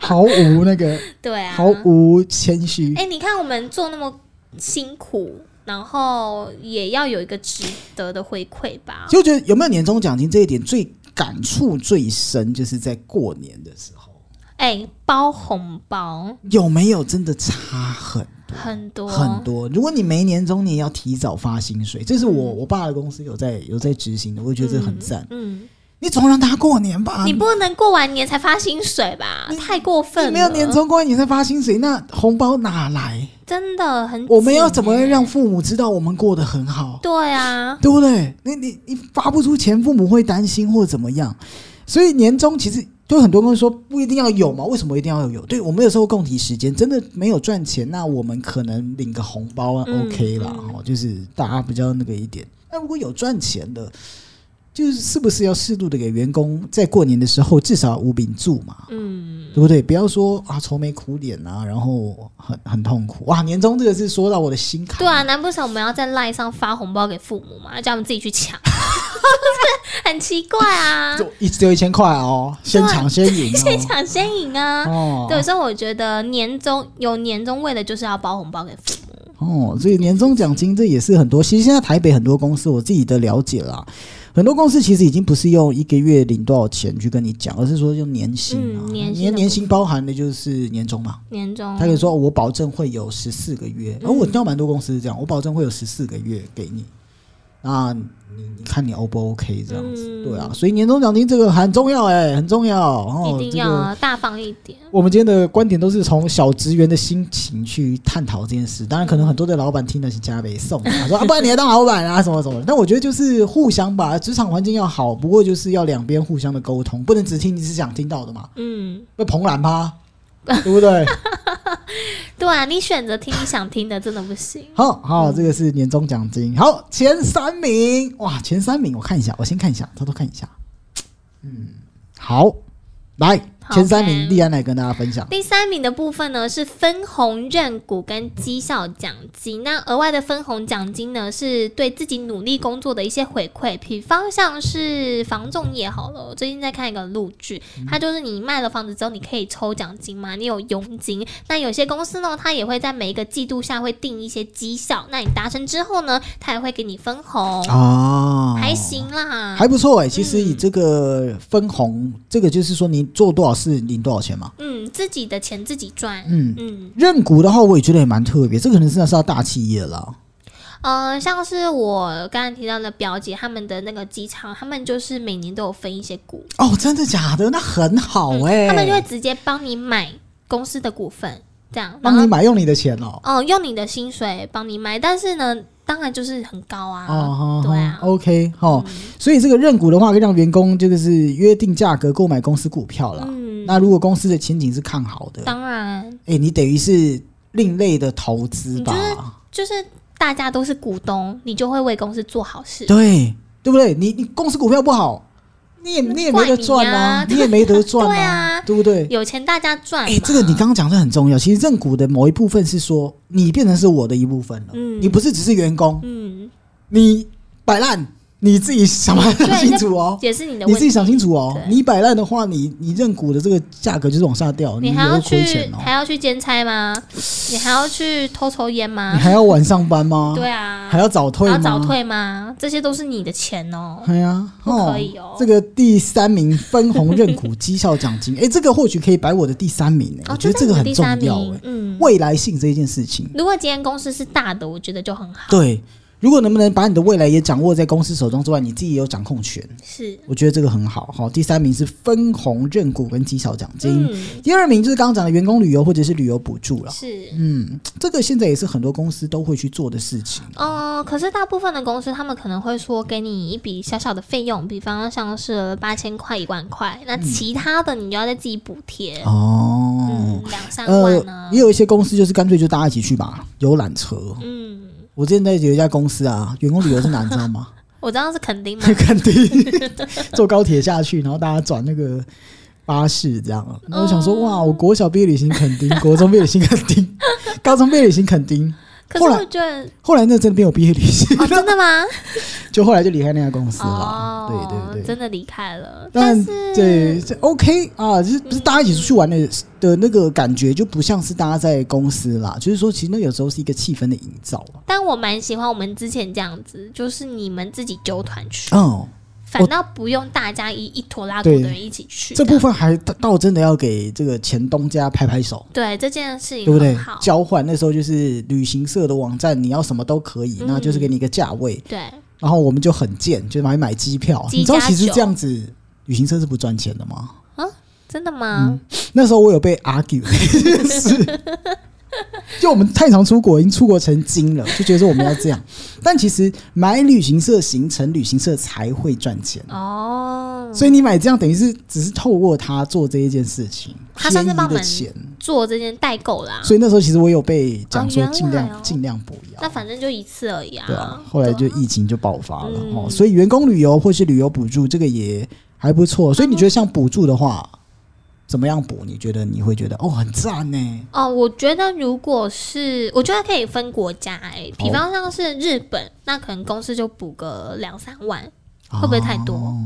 Speaker 1: 毫无那个，
Speaker 2: 对啊，
Speaker 1: 毫无谦虚
Speaker 2: 哎、。你看我们做那么辛苦，然后也要有一个值得的回馈吧
Speaker 1: 其。实我觉得有没有年终奖金这一点最感触最深，就是在过年的时候，
Speaker 2: 哎、包红包
Speaker 1: 有没有真的差很
Speaker 2: 很多
Speaker 1: 很多？如果你没年终，你也要提早发薪水，这是我我爸的公司有在有在执行的，我觉得这很赞。
Speaker 2: 嗯，
Speaker 1: 你总让他过年吧，
Speaker 2: 你不能过完年才发薪水吧？太过分
Speaker 1: 啊
Speaker 2: 了，
Speaker 1: 你没有年终过年才发薪水，那红包哪来？
Speaker 2: 真的很、
Speaker 1: 我们要怎么
Speaker 2: 样？
Speaker 1: 让父母知道我们过得很好？
Speaker 2: 对啊，
Speaker 1: 对不对？你你你发不出钱，父母会担心或怎么样，所以年终其实就很多人说不一定要有嘛，为什么一定要有？对我们有时候供体时间真的没有赚钱，那我们可能领个红包啊、
Speaker 2: 嗯
Speaker 1: OK 啦，哦，就是大家比较那个一点。那如果有赚钱的，就是是不是要适度的给员工在过年的时候至少无饼住嘛？
Speaker 2: 嗯，
Speaker 1: 对不对？不要说啊愁眉苦脸啊，然后很很痛苦哇！年终这个是说到我的心坎。
Speaker 2: 对啊，难不成我们要在赖上发红包给父母吗？叫他们自己
Speaker 1: *laughs*
Speaker 2: 去抢，很奇怪啊，
Speaker 1: 就一只有一千块哦，先抢先赢哦，
Speaker 2: 先抢先赢啊。
Speaker 1: 哦，
Speaker 2: 对，所以我觉得年终有年终为的就是要包红包给父母。
Speaker 1: 哦，所以年终奖金这也是很多。其实现在台北很多公司，我自己的了解啦，很多公司其实已经不是用一个月领多少钱去跟你讲，而是说用年薪啊，
Speaker 2: 嗯年薪的嗯
Speaker 1: 年
Speaker 2: 部
Speaker 1: 薪包含的就是年终嘛。
Speaker 2: 年终
Speaker 1: 他可以说，我保证会有十四个月，
Speaker 2: 嗯
Speaker 1: 而、我知道蛮多公司是这样，我保证会有十四个月给你，那你你看你 O 不 OK 这样子？
Speaker 2: 嗯
Speaker 1: 对啊，所以年终奖金这个很重要哎、很重要。哦，
Speaker 2: 一定要啊，大方一点。
Speaker 1: 我们今天的观点都是从小职员的心情去探讨这件事，当然可能很多的老板听了是加倍送啊，说啊，不然你还当老板啊，什么什么的。但我觉得就是互相吧，职场环境要好，不过就是要两边互相的沟通，不能只听你只想听到的嘛，
Speaker 2: 嗯，
Speaker 1: 被捧懒趴，对不对？
Speaker 2: 对啊，你选择听你想听的，真的不行。
Speaker 1: 好好，这个是年终奖金。好，前三名，哇，前三名我看一下，我先看一下，偷偷看一下。嗯，好，来
Speaker 2: 好
Speaker 1: 前三
Speaker 2: 看
Speaker 1: 名，立安来跟大家分享。
Speaker 2: 第三名的部分呢是分红认股跟绩效奖金。那额外的分红奖金呢，是对自己努力工作的一些回馈，比方像是房仲业好了。我最近在看一个录剧，
Speaker 1: 嗯
Speaker 2: 它就是你卖了房子之后，你可以抽奖金嘛，你有佣金。那有些公司呢，它也会在每一个季度下会定一些绩效，那你达成之后呢，它也会给你分红，
Speaker 1: 哦，
Speaker 2: 还行啦。
Speaker 1: 还不错哎、其实以这个分红，这个就是说你做多少事领多少钱嘛。
Speaker 2: 嗯，自己的钱自己赚。
Speaker 1: 嗯
Speaker 2: 嗯。
Speaker 1: 认股的话，我也觉得也蛮特别，这个可能真的是要大企业啦。
Speaker 2: 呃，像是我刚才提到的表姐他们的那个机场，他们就是每年都有分一些股，
Speaker 1: 哦，真的假的？那很好哎、
Speaker 2: 嗯他们就会直接帮你买公司的股份，这样，然
Speaker 1: 帮
Speaker 2: 后
Speaker 1: 你买，用你的钱哦。
Speaker 2: 哦、用你的薪水帮你买，但是呢，当然就是很高啊，
Speaker 1: 哦，
Speaker 2: 对啊，
Speaker 1: o k 哦，所以这个认股的话，可以让员工这个是约定价格购买公司股票啦。
Speaker 2: 嗯，
Speaker 1: 那如果公司的前景是看好的，
Speaker 2: 当然
Speaker 1: 哎、你等于是另类的投资吧？
Speaker 2: 你就是就是大家都是股东，你就会为公司做好事，
Speaker 1: 对对不对？你你公司股票不好，你也你也没得赚啊，
Speaker 2: 怪
Speaker 1: 你也没得赚
Speaker 2: *laughs* 对啊
Speaker 1: 对不对？
Speaker 2: 有钱大家赚嘛，
Speaker 1: 哎、这个你刚刚讲的很重要。其实认股的某一部分是说，你变成是我的一部分了，
Speaker 2: 嗯
Speaker 1: 你不是只是员工，
Speaker 2: 嗯，
Speaker 1: 你摆烂，你自己想办法
Speaker 2: 对
Speaker 1: 清楚哦。
Speaker 2: 也是你的
Speaker 1: 你
Speaker 2: 问
Speaker 1: 自己
Speaker 2: 题。
Speaker 1: 想清楚哦，
Speaker 2: 对
Speaker 1: 你摆烂的话，你你认股的这个价格就是往下掉，你
Speaker 2: 你还要
Speaker 1: 也会亏
Speaker 2: 去
Speaker 1: 钱哦。
Speaker 2: 还要去兼差吗？你还要去偷抽烟吗
Speaker 1: 你？还要晚上班吗？
Speaker 2: 对啊，
Speaker 1: 还要早退
Speaker 2: 然
Speaker 1: 吗？
Speaker 2: 后早退吗？这些都是你的钱哦。
Speaker 1: 哎呀，
Speaker 2: 不可以哦
Speaker 1: 这个第三名分红认股绩效奖金，哎、 *laughs* 这个或许可以摆我的第三名、哎，
Speaker 2: 哦，
Speaker 1: 我觉得这
Speaker 2: 是
Speaker 1: 个
Speaker 2: 你的
Speaker 1: 很
Speaker 2: 第
Speaker 1: 重
Speaker 2: 三
Speaker 1: 要、
Speaker 2: 名
Speaker 1: 哎，
Speaker 2: 嗯，
Speaker 1: 未来性这一件事情，
Speaker 2: 如果今天公司是大的，我觉得就很好。
Speaker 1: 对。如果能不能把你的未来也掌握在公司手中之外，你自己也有掌控权，
Speaker 2: 是，
Speaker 1: 我觉得这个很好。好、第三名是分红认股跟绩效奖金，
Speaker 2: 嗯，
Speaker 1: 第二名就是刚刚讲的员工旅游或者是旅游补助了。
Speaker 2: 是。
Speaker 1: 嗯，这个现在也是很多公司都会去做的事情。
Speaker 2: 哦，可是大部分的公司他们可能会说给你一笔小小的费用，比方像是八千块、一万块，那其他的你就要再自己补贴，
Speaker 1: 嗯哦
Speaker 2: 嗯，，两三万
Speaker 1: 呃
Speaker 2: 呢，，
Speaker 1: 也有一些公司就是干脆就大家一起去吧，游览车。
Speaker 2: 嗯，
Speaker 1: 我之前在有一家公司啊，员工旅游是哪你知道 *laughs* 吗？
Speaker 2: 我知道是肯
Speaker 1: *laughs*
Speaker 2: 定嘛，
Speaker 1: 肯
Speaker 2: *laughs*
Speaker 1: 定坐高铁下去，然后大家转那个巴士这样。然后我想
Speaker 2: 哦
Speaker 1: 说，哇，我国小毕业旅行肯定， *laughs* 国中毕业旅行肯定，
Speaker 2: *laughs*
Speaker 1: 高中毕业旅行肯定。
Speaker 2: 可是
Speaker 1: 后来
Speaker 2: 我觉得，
Speaker 1: 后来那真的没有毕业旅行，
Speaker 2: 哦，真的吗？
Speaker 1: 就后来就离开那家公司了。
Speaker 2: 哦，
Speaker 1: 对对对。
Speaker 2: 真的离开了，
Speaker 1: 但
Speaker 2: 但是嗯
Speaker 1: 对，这 OK 啊，就是不是大家一起出去玩的的那个感觉，就不像是大家在公司啦。就是说，其实那有时候是一个气氛的营造啊。
Speaker 2: 但我蛮喜欢我们之前这样子，就是你们自己揪团去，
Speaker 1: 哦，
Speaker 2: 反倒不用大家一一拖拉股
Speaker 1: 对
Speaker 2: 的人一起去。
Speaker 1: 这
Speaker 2: 样
Speaker 1: 部分还倒倒真的要给这个前东家拍拍手。
Speaker 2: 对这件事情
Speaker 1: 对不对
Speaker 2: 很好？？
Speaker 1: 交换那时候就是旅行社的网站，你要什么都可以，那
Speaker 2: 嗯
Speaker 1: 就是给你一个价位，
Speaker 2: 对，
Speaker 1: 然后我们就很贱，就买买机票。啊
Speaker 2: 机
Speaker 1: 你知道
Speaker 2: 加
Speaker 1: 其实
Speaker 2: 酒
Speaker 1: 这样子旅行社是不赚钱的吗？
Speaker 2: 啊真的吗？
Speaker 1: 那时候我有被 argue *laughs* 这件事，就我们太常出国，已经出国成精了，就觉得说我们要这样。但其实买旅行社行程，旅行社才会赚钱。啊
Speaker 2: 哦，
Speaker 1: 所以你买这样等于是只是透过他做这一件事情，
Speaker 2: 他算是
Speaker 1: 便宜
Speaker 2: 帮我
Speaker 1: 的
Speaker 2: 们
Speaker 1: 钱。
Speaker 2: 做这件代购啦，
Speaker 1: 所以那时候其实我有被讲说
Speaker 2: 哦原来
Speaker 1: 尽
Speaker 2: 哦
Speaker 1: 量尽量不要。
Speaker 2: 那反正就一次而已啊。
Speaker 1: 对啊，后来就疫情就爆发了、
Speaker 2: 嗯
Speaker 1: 哦，所以员工旅游或是旅游补助这个也还不错。所以你觉得像补助的话，怎么样补？你觉得你会觉得哦很赞呢？
Speaker 2: 哦，我觉得如果是，我觉得可以分国家哎、比
Speaker 1: 好
Speaker 2: 方像是日本，那可能公司就补个两三万，会不会太多？
Speaker 1: 哦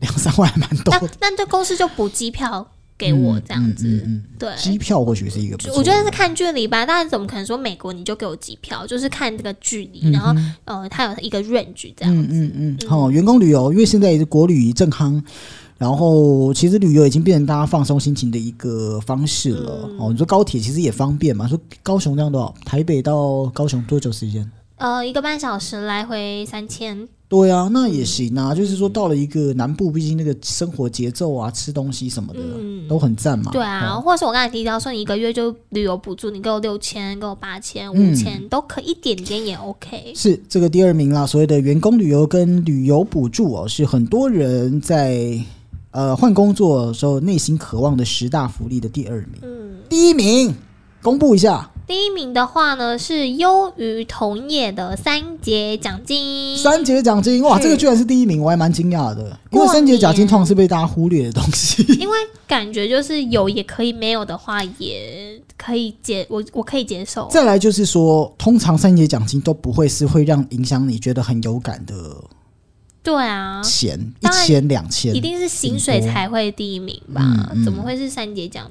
Speaker 1: 两三万还蛮多
Speaker 2: 那
Speaker 1: 的，
Speaker 2: 那这公司就补机票给我这样子，
Speaker 1: 嗯嗯
Speaker 2: 对。
Speaker 1: 机票或许是一个不错。
Speaker 2: 呃我觉得是看距离吧，但是怎么可能说美国你就给我机票？就是看这个距离，然后呃，它有一个 range 这样。
Speaker 1: 嗯嗯嗯，好、员工旅游，因为现在也是国旅正夯，然后其实旅游已经变成大家放松心情的一个方式了。
Speaker 2: 嗯
Speaker 1: 哦，你说高铁其实也方便嘛？说高雄这样多少？台北到高雄多久时间？
Speaker 2: 呃，一个半小时来回三千，
Speaker 1: 对啊，那也行
Speaker 2: 嗯
Speaker 1: 啊。就是说，到了一个南部，毕竟那个生活节奏啊、吃东西什么的、
Speaker 2: 嗯
Speaker 1: 都很赞嘛。
Speaker 2: 对啊，或者是我刚才提到说，你一个月就旅游补助，你给我六千，给我八千、五千，
Speaker 1: 嗯
Speaker 2: 都可一点点也 OK。
Speaker 1: 是这个第二名啦。所谓的员工旅游跟旅游补助哦，是很多人在呃换工作的时候内心渴望的十大福利的第二名。
Speaker 2: 嗯，
Speaker 1: 第一名公布一下，
Speaker 2: 第一名的话呢是优于同业的三节奖金，
Speaker 1: 三节奖金哇，
Speaker 2: 是
Speaker 1: 这个居然是第一名，我还蛮惊讶的，因
Speaker 2: 过
Speaker 1: 为
Speaker 2: 年
Speaker 1: 三节奖金通常是被大家忽略的东西。
Speaker 2: 因为感觉就是有也可以，没有的话也可以接，我我可以接受。
Speaker 1: *laughs* 再来就是说，通常三节奖金都不会是会让影响你觉得很有感的
Speaker 2: 对啊，
Speaker 1: 钱，一
Speaker 2: 当然
Speaker 1: 千两千
Speaker 2: 一。定是薪水才会第一名吧？
Speaker 1: 嗯嗯
Speaker 2: 怎么会是三节奖？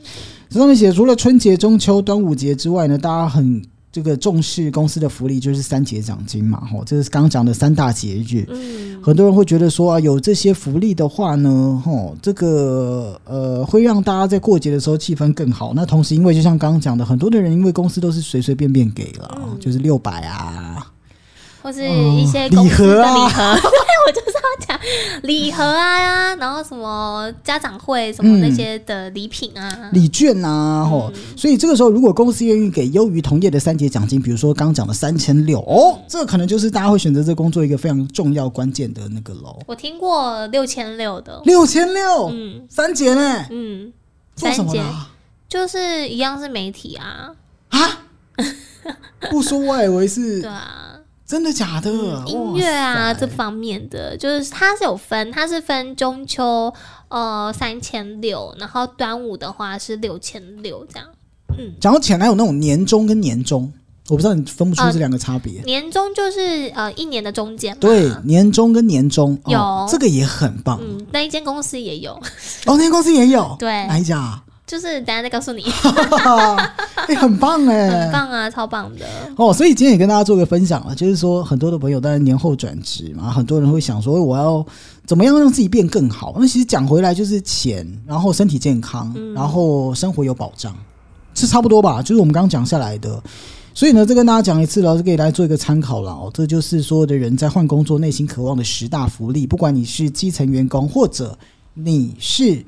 Speaker 1: 这上面写，除了春节、中秋、端午节之外呢，大家很这个重视公司的福利，就是三节奖金嘛，吼，这是刚刚讲的三大节日。
Speaker 2: 嗯，
Speaker 1: 很多人会觉得说啊，有这些福利的话呢，吼，这个呃会让大家在过节的时候气氛更好。那同时，因为就像刚刚讲的，很多的人因为公司都是随随便便给了，就是六百啊，
Speaker 2: 或是一些公司
Speaker 1: 哦礼
Speaker 2: 的礼
Speaker 1: 啊
Speaker 2: 盒，对， *laughs* 我就是要讲礼盒啊，然后什么家长会什么那些的礼品啊，
Speaker 1: 礼券啊，吼、
Speaker 2: 嗯
Speaker 1: 所以这个时候如果公司愿意给优于同业的三节奖金，比如说刚刚讲的三千六，
Speaker 2: 嗯
Speaker 1: 哦，这可能就是大家会选择这工作一个非常重要关键的那个喽。
Speaker 2: 我听过六千六的，
Speaker 1: 六千六，
Speaker 2: 哦嗯
Speaker 1: 三节呢？
Speaker 2: 嗯，
Speaker 1: 做什
Speaker 2: 三
Speaker 1: 么
Speaker 2: 节
Speaker 1: 的啊？
Speaker 2: 就是一样是媒体啊，
Speaker 1: 啊不说我还以为是
Speaker 2: 对啊，
Speaker 1: 真的假的？
Speaker 2: 音乐啊
Speaker 1: 哇
Speaker 2: 这
Speaker 1: 塞
Speaker 2: 方面的，就是它是有分，它是分中秋呃三千六，然后端午的话是六千六这样。
Speaker 1: 讲到钱，还有那种年终跟年终，我不知道你分不出
Speaker 2: 啊
Speaker 1: 这两个差别。
Speaker 2: 年终就是呃一年的中间嘛，
Speaker 1: 对，年终跟年终哦
Speaker 2: 嗯有，
Speaker 1: 这个也很棒
Speaker 2: 嗯，那一间公司也有， *laughs*
Speaker 1: 哦。那间公司也有，
Speaker 2: 对
Speaker 1: 哪一家啊？
Speaker 2: 就是等一下再
Speaker 1: *laughs*
Speaker 2: 告诉你。
Speaker 1: 哎，很棒
Speaker 2: 很
Speaker 1: 哎。
Speaker 2: 棒啊，超棒
Speaker 1: *laughs*
Speaker 2: 的。
Speaker 1: 哦，所以今天也跟大家做个分享了，就是说很多的朋友当然年后转职嘛，很多人会想说我要怎么样让自己变更好。那其实讲回来就是钱，然后身
Speaker 2: 嗯
Speaker 1: 体健康，然后生活有保障，是差不多吧？就是我们刚刚讲下来的。所以呢，这跟大家讲一次了，是可以来做一个参考了哦。这就是所有的人在换工作内心渴望的十大福利，不管你是基层员工或者你是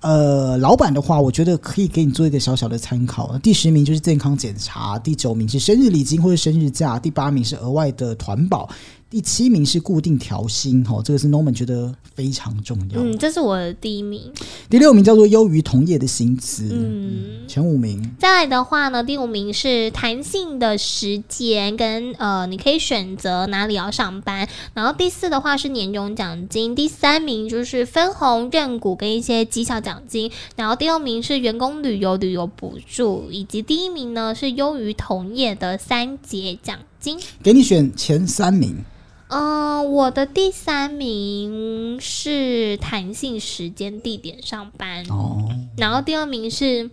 Speaker 1: 呃老板的话，我觉得可以给你做一个小小的参考。那第十名就是健康检查，第九名是生日礼金或者生日假，第八名是额外的团保，第七名是固定调薪。哦，这个是 Norman 觉得非常重要。
Speaker 2: 嗯，这是我的第一名。
Speaker 1: 第六名叫做优于同业的薪资，
Speaker 2: 嗯，
Speaker 1: 前五名。
Speaker 2: 再来的话呢，第五名是弹性的时间跟呃，你可以选择哪里要上班。然后第四的话是年终奖金，第三名就是分红、认股跟一些绩效奖金。然后第二名是员工旅游旅游补助，以及第一名呢是优于同业的三节奖金。
Speaker 1: 给你选前三名。
Speaker 2: 嗯、我的第三名是弹性时间、地点上班，
Speaker 1: 哦，
Speaker 2: 然后第二名是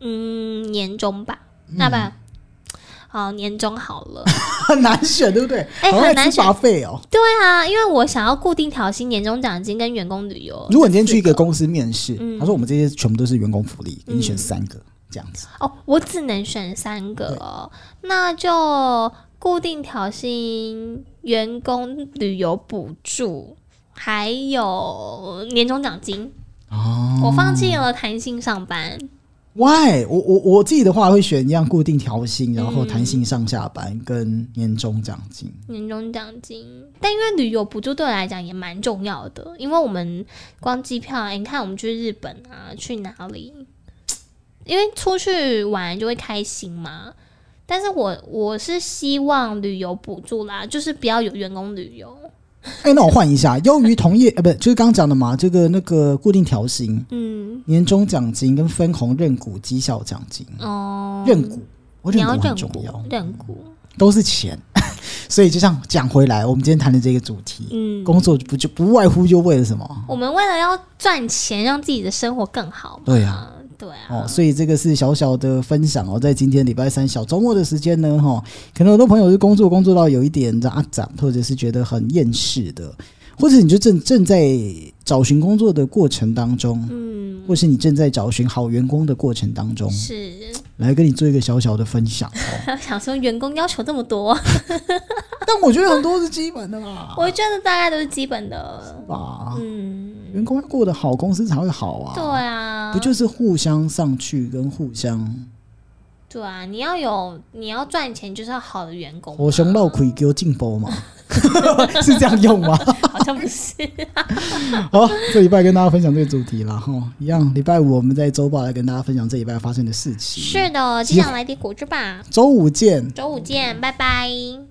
Speaker 2: 嗯年终吧，那吧，好年终好了。
Speaker 1: *laughs*
Speaker 2: *laughs*
Speaker 1: 很难选，对不对？
Speaker 2: 哎
Speaker 1: 好像
Speaker 2: 很难
Speaker 1: 在吃
Speaker 2: 选
Speaker 1: 拔费哦。
Speaker 2: 对啊，因为我想要固定调薪、年终奖金跟员工旅游。
Speaker 1: 如果你今天
Speaker 2: 这
Speaker 1: 去一个
Speaker 2: 哦四
Speaker 1: 公司面试，
Speaker 2: 嗯
Speaker 1: 他说我们这些全部都是员工福利，给你选三个这样子。
Speaker 2: 哦，我只能选三个哦，那就固定调薪、员工旅游补助，还有年终奖金。
Speaker 1: 哦
Speaker 2: 我放弃了弹性上班。
Speaker 1: ，Why？我我我自己的话会选一样固定调
Speaker 2: 嗯
Speaker 1: 薪，然后弹性上下班跟年终奖金。
Speaker 2: 年终奖金，但因为旅游补助对我来讲也蛮重要的，因为我们光机票，哎你看我们去日本啊，去哪里，因为出去玩就会开心嘛。但是我我是希望旅游补助啦，就是不要有员工旅游。
Speaker 1: 哎、那我换一
Speaker 2: *laughs*
Speaker 1: 下，优于同业，呃，不，就是刚刚讲的嘛，这个那个固定调薪、
Speaker 2: 嗯，
Speaker 1: 年终奖金跟分红认股、绩效奖金、
Speaker 2: 哦、
Speaker 1: 认股，我
Speaker 2: 你
Speaker 1: 认
Speaker 2: 要
Speaker 1: 股
Speaker 2: 认
Speaker 1: 很重要。
Speaker 2: 股，认股，
Speaker 1: 都是钱。 *laughs* 所以就像讲回来，我们今天谈的这个主题，
Speaker 2: 嗯，
Speaker 1: 工作不就不外乎就为了什么？
Speaker 2: 我们为了要赚钱，让自己的生活更好嘛。
Speaker 1: 对
Speaker 2: 啊，对啊，
Speaker 1: 哦，所以这个是小小的分享哦，在今天礼拜三小周末的时间呢，哈、哦可能很多朋友是工作工作到有一点阿长，或者是觉得很厌世的，或者你就正正在找寻工作的过程当中，
Speaker 2: 嗯，
Speaker 1: 或是你正在找寻好员工的过程当中，
Speaker 2: 是， *laughs*
Speaker 1: 来跟你做一个小小的分享哦。
Speaker 2: 还有想说员工要求这么多。
Speaker 1: 但我觉得很多是基本的啦，
Speaker 2: 我觉得大概都是基本的。
Speaker 1: 吧，
Speaker 2: 嗯，
Speaker 1: 员工要过得好，公司才会好啊。
Speaker 2: 对啊，
Speaker 1: 不就是互相上去跟互相
Speaker 2: 对啊？你要有，你要赚钱就是要好的员工嘛。
Speaker 1: 火熊闹鬼给我进波吗？ *laughs* 是这样用吗？ *laughs*
Speaker 2: 好像不是，
Speaker 1: 好，这礼拜跟大家分享这个主题啦。哈。一样，礼拜五我们在周报来跟大家分享这礼拜发生的事情。
Speaker 2: 是的，接下来点果汁吧。
Speaker 1: 周五见。
Speaker 2: 周五见，拜拜。